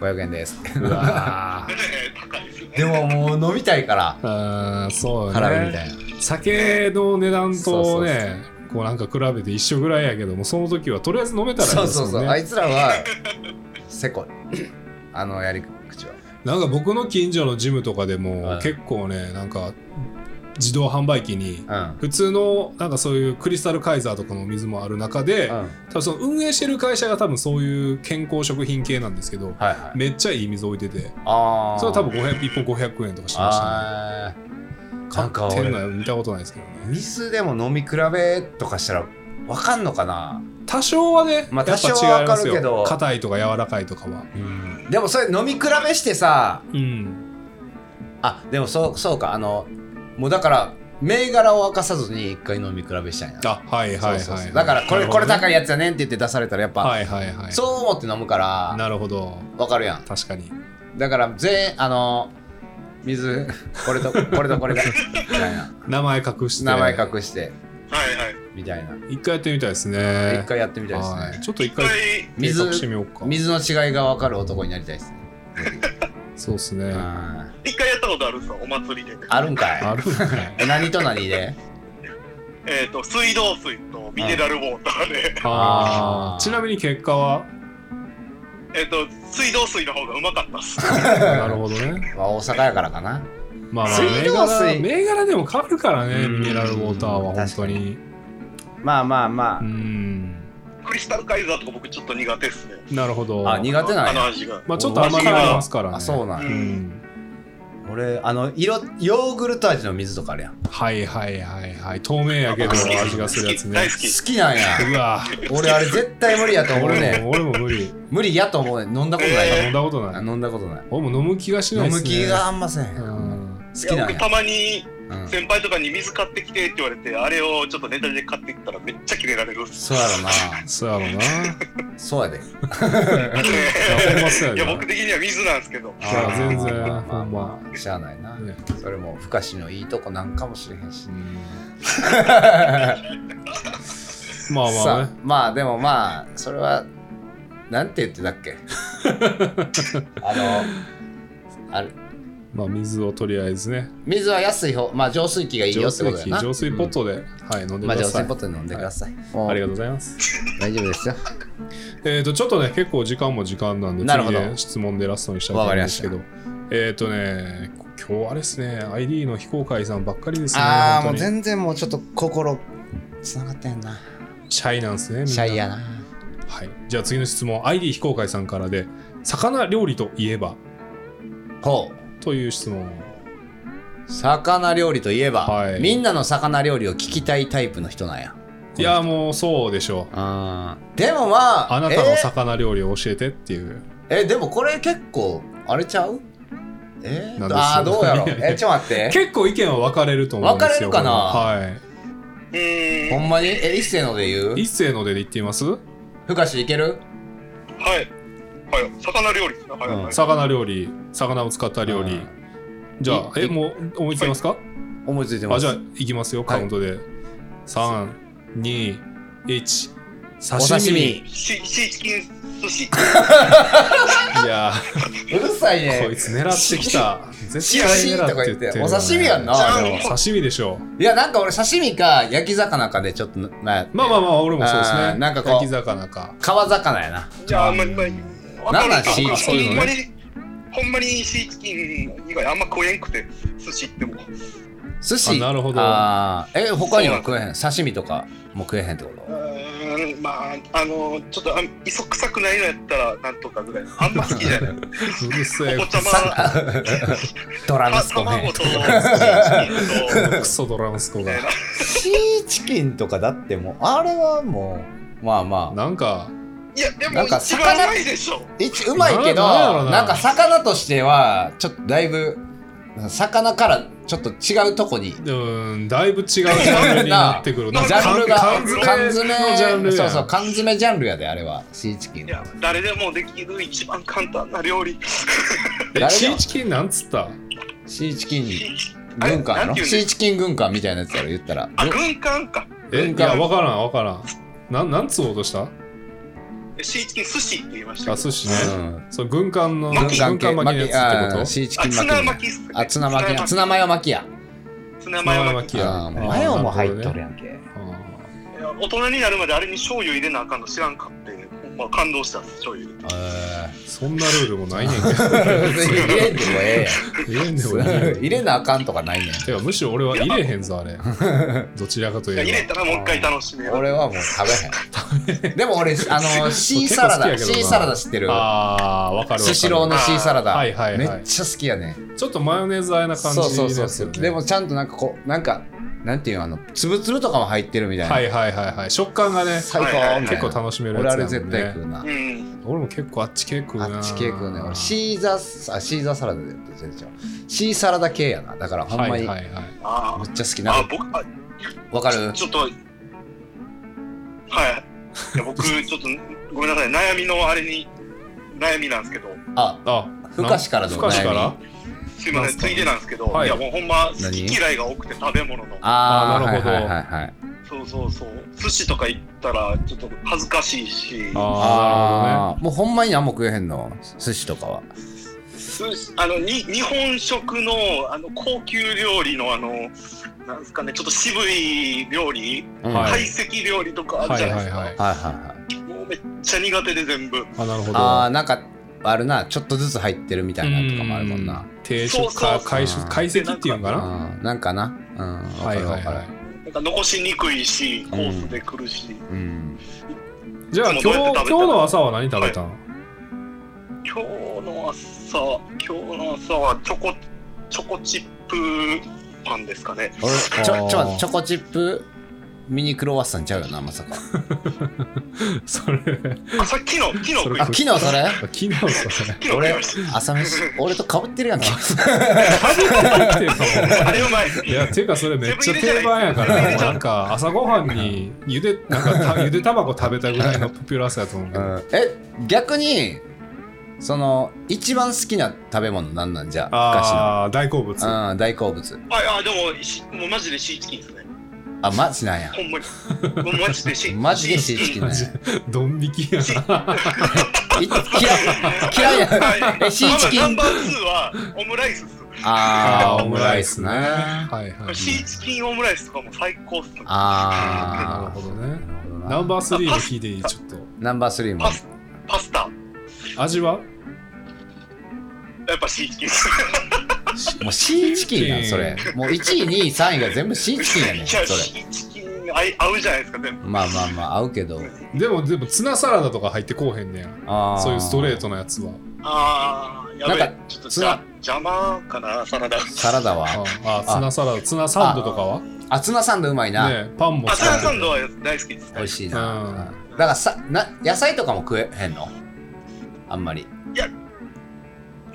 500円です うわね高いですねでももう飲みたいから あーそうね払うみたいな酒の値段そうとそうねこうなんか比べて一緒ぐらいやけどもその時はとりあえず飲めたらいいそうですそもうんそうあねいつらはせこい あのやり口はなんか僕の近所のジムとかでもはい結構ねなんか自動販売機にうん普通のなんかそういうクリスタルカイザーとかの水もある中でうん多分その運営してる会社が多分そういう健康食品系なんですけどはいはいめっちゃいい水置いててああそれは多分500 1本500円とかしましたねあーなんか買ってるのは俺見たことないですけどね水でも飲み比べとかしたらわかんのかな多少はね、まあやっぱ多少は違いますよわかるけど硬いとか柔らかいとかはでもそれ飲み比べしてさうんあでもそうそうかあのもうだから銘柄を明かさずに一回飲み比べしたいなあはいはいはいはい、そうそうそうだからこれ,、これ高いいやつやねんって言って出されたらやっぱ、はいはいはいそう思って飲むからなるほどわかるやん確かにだから全あの水これとこれとこれがみたい な名前隠して名前隠してはいはいみたいな一回やってみたいですね一回やってみたいですはいねちょっと一一回回計水画してみようか水の違いがわかる男になりたいですねそうですねあ一回やったことあるんですよお祭りであるんかいあるんかい え何と何でえっ、と水道水とミネラルウォーター でああーーちなみに結果は えっと水道水の方がうまかった っすなるほどねまあ大阪やからかなまあまあ水銘道柄水銘柄でも変わるからねうんミネラルウォーターは本当にまあまあまあ、うんクリスタルカイザーとか僕ちょっと苦手っすねなるほどあ苦手なんやあの味がまあちょっと甘みがありますからねあそうなんうや、ん俺あの色ヨーグルト味の水とかあるやん好はいはいはいはい透明やけど好き味がするやつね大好ききなんや うわ俺あれ絶対無理やと思う俺 ねも俺も無理無理やと思うね飲んだことない、飲んだことない飲んだことない俺も飲む気がしない飲ですむね気があんません、う好んきなんいや僕やたまにうん先輩とかに水買ってきてって言われてあれをちょっとネタで買ってきたらめっちゃキレられるっそすうやろそうやろうななそうやでいやほんまそういややろな僕的には水なんですけどいや全然あーほんましゃあないな、ねそれもふかしのいいとこなんかもしれへんしうんまあまあ さねまあでもまあそれはなんて言ってたっ けあのあれまあ、水をとりあえずね、水は安い方まあ浄水器がいいよ浄っ水てことや器、な浄水ポットで、はい、飲んでまあくだ浄さ水い。ポットで飲んでください、もうありがとうございます。大丈夫ですよえっ、と、ちょっとね、結構時間も時間なんで、なるほど次ね、質問でラストにしたいと思うんですけど、えっ、とね、今日あれですね、ID の非公開さんばっかりですね、ああも本う当に。全然もうちょっと心つながってんなシャイなんですね、みんなシャイやなはい、じゃあ次の質問 ID 非公開さんからで魚料理といえばほという質問う魚料理といえば、はいみんなの魚料理を聞きたいタイプの人なんやいやもうそうでしょうあーでもまああなたのえー魚料理を教えてっていう、えでもこれ結構あれちゃうえなんですー、ああどうやろう えちょっと待って結構意見は分かれると思うんですよ分かれるかなはうーんほんまにえ一世ので言うい一斉ので言ってみますふかしいけるはいはい魚料理ですねはいはい、うん魚料理魚を使った料う理んじゃあいえもう思いつきますか、思いついてあますじゃあいきますよカウントで、321お刺身刺身シシーチキン寿司いやうるさいーこいねつ狙ってきた 絶シ対シ狙とかって言っっててるお刺身やんなでも刺身でしょういやなんか俺刺身か焼き魚かでちょっとまあまあまあまあ、俺もそうですあね。ーなんかこう焼き魚か。川魚やなじゃああんまりまあなんなんわかシーチキンほんまにほんまにシーチキン以外あんま食えんくて寿司っても寿司あなるほどあーえ他にも食えへん刺身とかも食えへんってことうーんまああのちょっとあ磯臭くないのやったらなんと かぐらいあんま好きじゃないうるせおえ子、ちゃま ドラムあスコ卵ねとシ ーチキンとクソドラムスコみたいが。なシーチキンとかだってもうあれはもうまあまあなんか、いやでもなんか一番魚うまいでしょ一うまいけどななんやろななんか魚としてはちょっとだいぶ魚からちょっと違うとこにうーん、だいぶ違うジャンルになってく る。ななんジかャンルが缶缶詰詰のジャンルやんそうそう缶詰ジャンルやであれはシーチキンいはや誰でもできる一番簡単な料理え誰がシーチキンなんつったシーチキンあれ軍艦やなろんていうんシーですチキン軍艦みたいなやつやろ言ったらあ軍艦かえ、文い化や、わからん、わからん。なん、なんつおうとしたシーチキン寿司って言いましたあ、けど寿司ね。うんそう、軍艦の、軍軍艦系艦巻きの巻きやつってあこーとシーチキあンツ巻ナき巻きっすねあツナ巻きやツナマヨ巻きやツナマヨ巻きツナマヨ巻きやあーもうあーマヨも入っとるやんけあいや大人になるまであれに醤油入れなあかんの知らんかってほんま感動したっす醤油入れてーそんなルールもないねんけど。 入れ入れんんでもええでもいいやんよ 入れなあかんとかないねんてか、むしろ俺は入れへんぞ、あ れ。どちらかといいや入れえたらもう一回楽しめる俺はもう食べへんでも俺 あのシーサラ結構好きやダけどなシーサラダ知ってるば。ああ、わかるわかる。スシローのシーサラダはいはいめはいっ。ちゃ好きやねちょっとマヨネーズあえな感じそですようそうね。そうそうでもちゃんとなんかこうなんかなんていうのあのつぶつぶとかも入ってるみたいなはいはいはいはい食感がね最高はいはいみたい結な構楽しめる俺やあつれやも絶ん対食ねうなうん俺も結構あっち系食うなあっち系食うね俺シーザーあシーザーサラダで全然違うシーサラダ系やなだからほんまにめはいはいっはいあーちゃ好きなあんか僕あわかるちょっとはいい や僕ちょっとごめんなさい悩みのあれに悩みなんですけどああふかしからのふかしから悩すいませんついでなんですけど、はいい、やもうほんま何好き嫌いが多くて食べ物のあああなるほどはいはいはいはいそうそうそう寿司とか行ったらちょっと恥ずかしいしあああもうほんまに何も食えへんの寿司とかは寿司あのに日本食のあの高級料理のあのなんですかねちょっと渋い料理うんはい懐石料理とかあるなじゃるほどねないはでいすはいか、はいはいはいはいもうめっちゃ苦手で全部あなるほどああなんかあるなちょっとずつ入ってるみたいなのとかもあるもんなう定食そうかそう解食解析っていうんかなうんなんかなうんわはかいるわはいかるはいなんか残しにくいしコースで来るし、うんじゃあい今日つもどうやっ今て日食べてるの朝は何食べたの今日の朝今日の朝はチョコチョコチップパンですかね俺ちょちょあーチョコチップミニクロワッサンちゃうよなま さか それあさっきの昨日そ食れいあま昨昨日それし日それた昨日食い俺まし朝飯 俺とかぶってるやんけ食べてるっていうかたもあれうまいいやていうかそれめっちゃ定番やからもうなんか朝ごはんにゆでなんかたゆで卵食べたぐらいのポピュラーさやと思うけどえ逆にその一番好きな食べ物なんなんじゃあああ大好物昔の、うん、大好物あいやでもしもうマジでシーチキンですねあ、マジなんや。ほんまに。ほんまマジでしマジでシーチキンなんや。ドン引きやな。い嫌い、嫌いや。え、シーチキナンンバ。ー2はオムライスっす。あー、オムライスね。あはいはい。シーチキンオムライスとかも最高っす。なるあほどね。ー。ナンバー3も聞いていいちょっと。ナンバースリーもパ。スパスタ、味はやっぱシーチキンっす。もうシーチキンなん、シーチキンそれ。もう1位、2位、3位が全部シーチキンやねん、いそやれ。シーチキン合い合うじゃないですか、全部。まあまあまあ、合うけど。でも、でもツナサラダとか入ってこうへんねや。あーそういうストレー。トなやつは。あー、やべなんか。えちょっとつじなゃ邪魔かな、サラダ。サラダあは。あ、ツナサラダ、ツナサンドとかはあ、ツナサンドうまいな。ねパンもあ、使サラダサっンてドは大好きです。美味しいうんな。だからさ、な、野菜とかも食えへんのあんまり。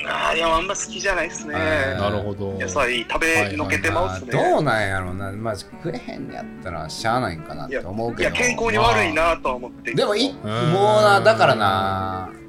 ああ、いや、あんま好きじゃないですね。えなるほど。野菜食べのけてまうっすね。どうなんやろうな。まあ、食えへんやったらしゃあないんかなって思ういけや、ど。健康に悪いなとは思って。でもい、もうな、だからな。うん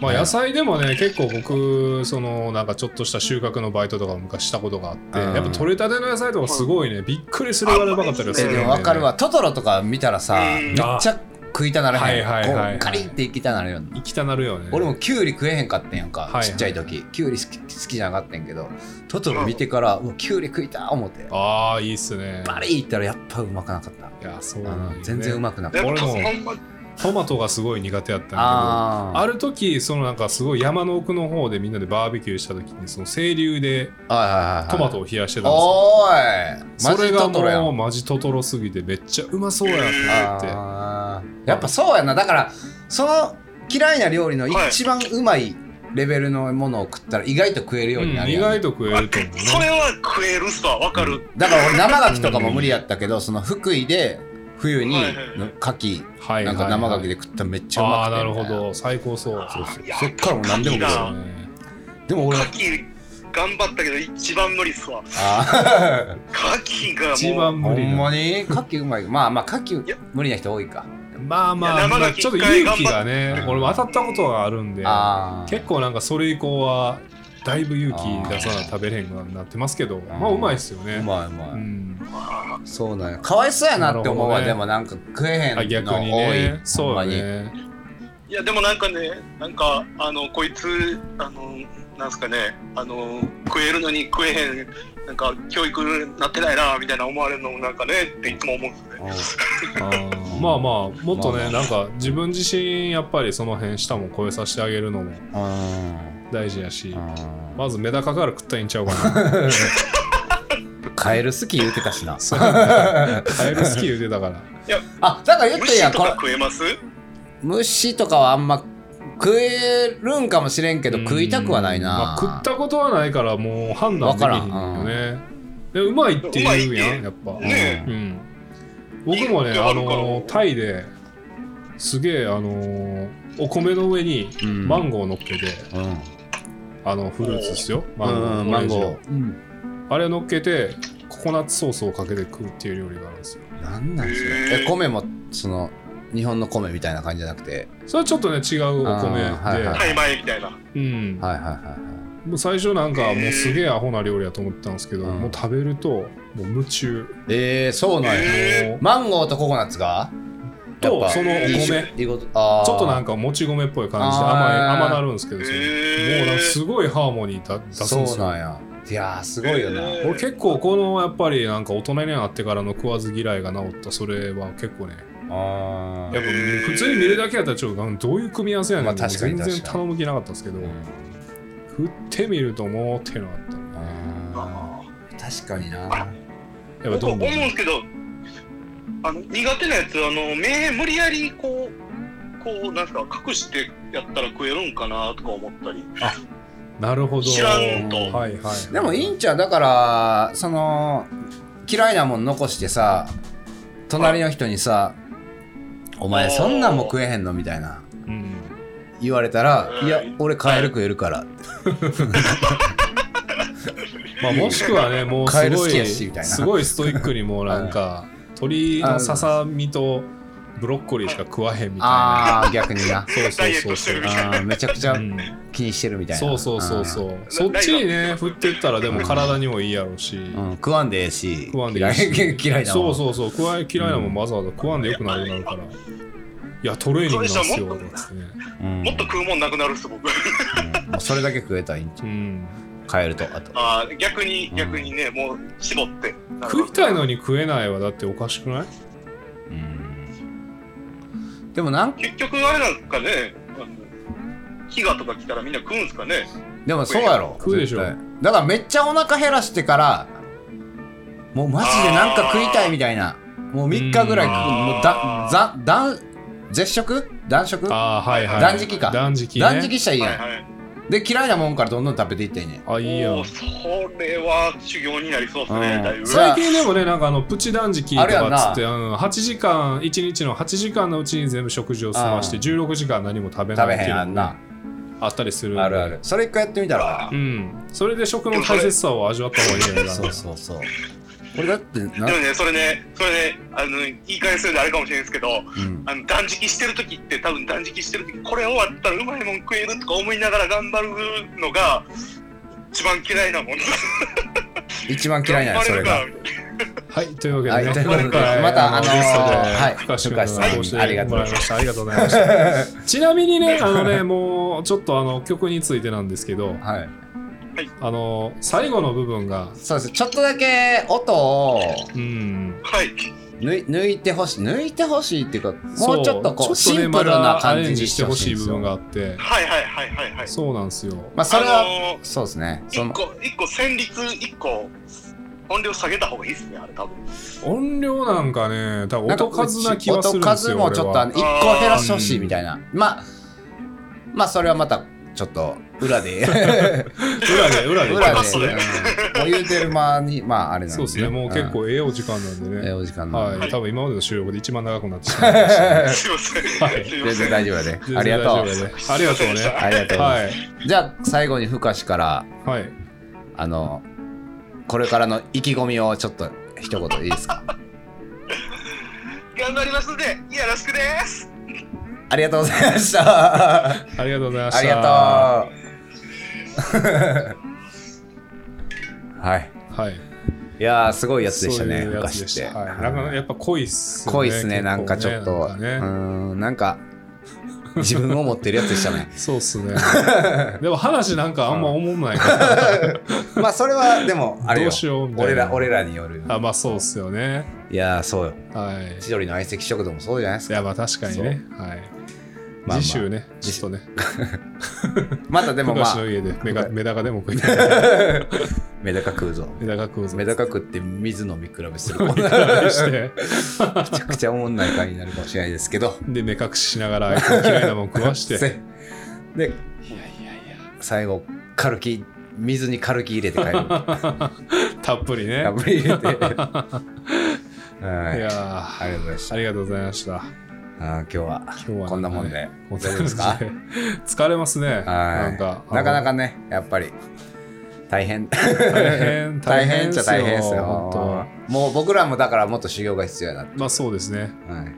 まあ野菜でもね結構僕そのなんかちょっとした収穫のバイトとか昔したことがあって、うんやっぱ取れたての野菜とかすごいねびっくりするぐらいうまかったりはすえるんでで、ね、も分かるわ。トトロとか見たらさ、うんめっちゃ食いたならへん。はいはいはいはいこうカリンっていきたなるような。生きたなるよね俺もキュウリ食えへんかったんやんはかい、はいちっちゃい時キュウリ好き好きじゃなかったんやけどトトロ見てからうわキュウリ食いた思ってああいいっすねバリーいったらやっぱうまくなかった、いやそううなんよんね全然うまくなかっやっぱ俺もほんまトマトがすごい苦手やったんだけたどああーる時そのなんかすごい山の奥の方でみんなでバーベキューした時にその清流ではいはいはいはいトマトを冷やしてたんですよ、おーいそれがもうマジマジトトロすぎてめっちゃうまそうやってトなっトてロやんあーやっぱそうやなだからその嫌いな料理のはい一番うまいレベルのものを食ったら意外と食えるようになうんる意やん、外と食えると思うねそれは食えるっすわ、わかる。だから俺生牡蠣とかも無理やったけどその福井で冬にはいはいはい牡蠣はいなはいはいんか生牡蠣で食ったらめっちゃうあまあくてなるみたほいなど最高そうあーいやそっからもう何でもいいで牡蠣すなよでも俺は牡蠣頑張ったけど一番無理っすわ。あ牡蠣がもう一番ー無ほ理んなまに牡蠣うまいまあまあ牡いや蠣無理な人多いかまあまあ、いやまあ生牡蠣ちょっと勇気が一回頑張ねって俺も当たったことがあるんでああ結構なんかそれ以降はだいぶ勇気出さな食べれへんくなってますけどまあうまいっすようねまいうまい、うんそうなんやかわいそうやなって思うわ、なでるほもなんか食えへんのあ多い逆にねそほんうまよにねいやでもなんかね、なんかあのこいつあのなんすかね、あの食えるのに食えへんなんか教育になってないなみたいな思われるのもなんかねっていつも思うんですよね。あーまあまあもっとまねあまなんか自分自身やっぱりその辺下も超えさせてあげるのもうん大事やしうんまずメダカから食ったらいいんちゃうかなカエル好き言うてたしなそうカエル好き言うてたからあだから言ってん虫やんとかこれ食えます？虫とかはあんま食えるんかもしれんけど食いたくはないな、まあ、食ったことはないからもう判断できへんよねでうまいって言うやんやっぱ、ねう、うん僕もねいやああるからのタイですげえあのお米の上にうんマンゴー乗っけて、うんあのフルーツですよマンゴー,、うんマンゴー、あれ乗っけてココナッツソースをかけて食うっていう料理があるんですよなんなんそへれえー米もその日本の米みたいな感じじゃなくてそれはちょっとね違うお米で、あーはいはタイ米みたいな。うんはいはいはいもう最初なんかもうすげえアホな料理やと思ってたんですけど、うんもう食べるともう夢中えー、そうなんやへもうマンゴーとココナッツがとやっぱそのおいい米いいことあーちょっとなんかもち米っぽい感じで甘いあー甘なるんですけどそれへーもうなんかすごいハーモニーだ出すんでそすうよなんやいやーすごいよな、へー俺結構このやっぱりなんか大人になってからの食わず嫌いが治ったそれは結構ねあやっぱー普通に見るだけやったらちょっとうんどういう組み合わせやねんってまあ確かに全然確かに頼む気なかったんですけど食ってみるともうっていうのがあったねあー確かになやっぱ僕ど思うんんどんですけど、あの苦手なやつあの目無理やりこうこうなんすか隠してやったら食えるんかなとか思ったり。なるほど知らんとはいはいでもいいんちゃうだからその嫌いなもん残してさ隣の人にさ「お前そんなんも食えへんの?」みたいなうん言われたら「うんいや俺カエル食えるからまあもしくは ねもうカすエルご好いきやしみたいなすごいストイックにもうなんか鳥のささみとブロッコリーしか食わへんみたいなああ、逆にな。 そうそうそうそうダイエットしてるみたいあーめちゃくちうゃん気にしてるみたいな。。そうそうそうそううそっちにね振ってったらでも体にもいいやろうし、うん、食わんでええし、食わんでええし嫌い 嫌いなもそんうそうそう食わ嫌いなもんわざわざ食わんでよくなくなるから、いやトレーニングなんすよとかっつってねうん もっと食うもんなくなるっす僕うんもうそれだけ食えたらいいんちうゃんう変えると、あと。あー逆にうん逆にね、もう絞ってなる食いたいのに食えないはだっておかしくないうん。でもなん、結局あれなんですかねあの飢餓とか来たらみんな食うんすかねでもそうやろ。食うでしょ絶対だからめっちゃお腹減らしてから、もうマジでなんか食いたいみたいな。もう3日ぐらい食う。うんもうだ、ざ、だん、絶食断食ああはいはい断食か断食ね断食したらいいやん。はいはいで、嫌いなもんからどんどん食べていっていいねん。あいいやんおーそれは修行になりそうですね、うんだいぶそれ最近でもねなんかあのプチ断食とあれやんなかっつってあの8時間1日の8時間のうちに全部食事を済ましてうん16時間何も食べない食っべていへんうのあんもな。あったりするんであるある。それ一回やってみたら。うんそれで食の大切さを味わった方がいいんじゃないかそうなそうそう。これだってなで、もねそれねそれねあの言い返すようであれかもしれないですけどうん、あの断食してる時って多分断食してる時これ終わったらうまいもん食えるとか思いながら頑張るのが一番嫌いなもん一番嫌いなんや、それが。はいというわけはい、でというねことで、はいまた、あのゲストではい、深志深志君君がさごん、あ指りが導ともうごらいまざいましす。たありがとうございました ちなみにねあのねもうちょっとあの曲についてなんですけどはい。あの最後の部分がそうです。ちょっとだけ音をうんはい抜い抜いてほしい。抜いてほしいっていうか、そもうちょっとこう、ちょっとねシンプルなまだア感レじンにジししててほほししいいんで部すよ分があってはいはいはいはいはいそうなんですよまあ、それあは、のーそうですね。そ一の、個一個旋律一個音量下げた方がいいっすねあれ多分音量なんかね多分音数な気はするんですよ音数もちょっとあの、一俺は個減らしてほしいみたいな。まあ、まあ、それはまた、ちょっと、裏 で。裏で裏で裏で、そうねうんもう言うてる間に、まああれなんそうですねもう結ん構ええお時間なんでええねお時間なんでははいい多分今までの収録で一番長くなってしまいま したねすいません、はいすいま全せ然ん大丈夫やで。全あり然が大と丈夫。やうねありがとうねありがとうござはいまいす。じゃあ最後に深志からはいあのこれからの意気込みをちょっと一言いいですか。頑張りますんでよろしくですありがとうございました。あありがとうございましたりがとう。 はい。とうはいいやーすごいやつでしたね。そういうやつ深で志しって。たはいなんかやっぱ濃いっすよね濃いっすねなんかちょっと、結構うねなんかねーんなんか自分を持ってるやつでした ねそうっす ねでも話なんかあんま思んないかまあそれはでもあられどようしようみたいな俺ら俺らによるあまあそうっすよねいやーそうよはい千鳥の相席食堂もそうじゃないですいかやまあ確かにねはいまあまあ次週ねちょっとねまたでも富まあ樫の家でメガまあメダカでも食いた いメダカ食 うぞメダカ食うぞメダカ食って水飲み比べ する め見ちたらしてゃくちゃおもんない回になるかもしれないですけどで目隠ししながらあいつの嫌いなもん食わし てせで最後カルキ水にカルキ入れて帰 るたっぷりねたっぷり入れ ていはいやありがとうございましーたありがとうございましたあー今日は今日はねこんなもんで、はい大丈 夫ですか疲れますねはないんかなかなあかねやっぱり大変の大変 大変っちゃ大変ですよ本もう僕らもだからもっと修行が必要やな、当まあそうですねはい、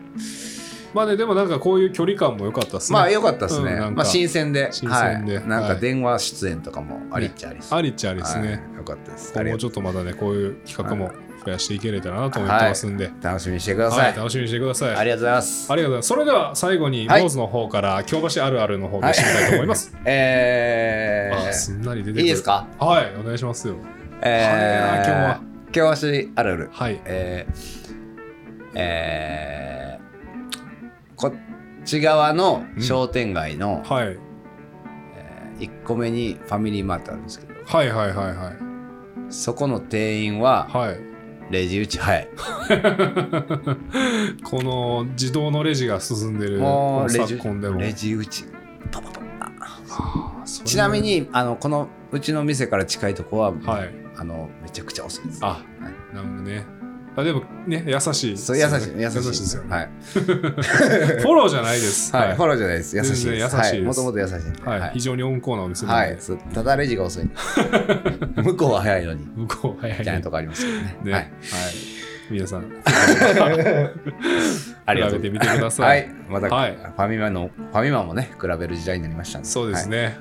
まあねでもなんかこういう距離感も良かったですねまあ良かったですね、うんなんかまあ新鮮で新鮮ではい、なんはかい電話出演とかもありっちゃありし、ありっちゃありですねはい、よかったですあ今り後がちとょっとまだねこういう企画も増やしていけれたらなと思ってますんでう楽しみにしてくださ、はいい楽しみにしてくださいありがとうございますありがとうございます。それでは最後に、はいモーズの方から、京橋あるあるの方で締めたいと思います。 えあすんなり出てくー、る。いいですかはい、お願いしますよ。えー、は今日は今日あるあるはい。えーえーこっち側の商店街のはい。 1個目にファミリーマートあるんですけど、はいはいはいはい。そこの店員ははい。レジ打ち早い。この自動のレジが進んでる、もこのうレジ昨今でも。レジ打ち。パパパあーそれちなみにあのこのうちの店から近いとこは、はい。あのめちゃくちゃ遅いです。あ、なんかね。あでもね、優しいですそようね、優しい優しいですよね。はい、フォローじゃないです。はいはいフォローじゃないです優しいです全然優しいはいですもともと優しいんではいは非い常に温厚なお店なはんいで、そうただレジ が遅い向こうは早いのに向こう早いみたいなとこありますけどねねはい、皆 さん、ありがと 比べうてみてくださ。はいい、また、はいファミマの、ファミマもね、比べる時代になりましたんで。そうですね。ね。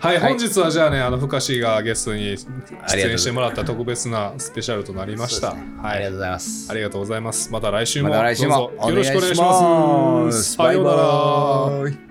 はい。はい、はい本日はじゃあね、あの、ふかしがゲストにありが出とうございま演すしてもらった特別なスペシャルとなりました。そうですねはありがいと。うございます。ありがとうございます。また来週もまた来週もどうぞよろしくお願いしお願いしま。ますすさようなら。バイバイ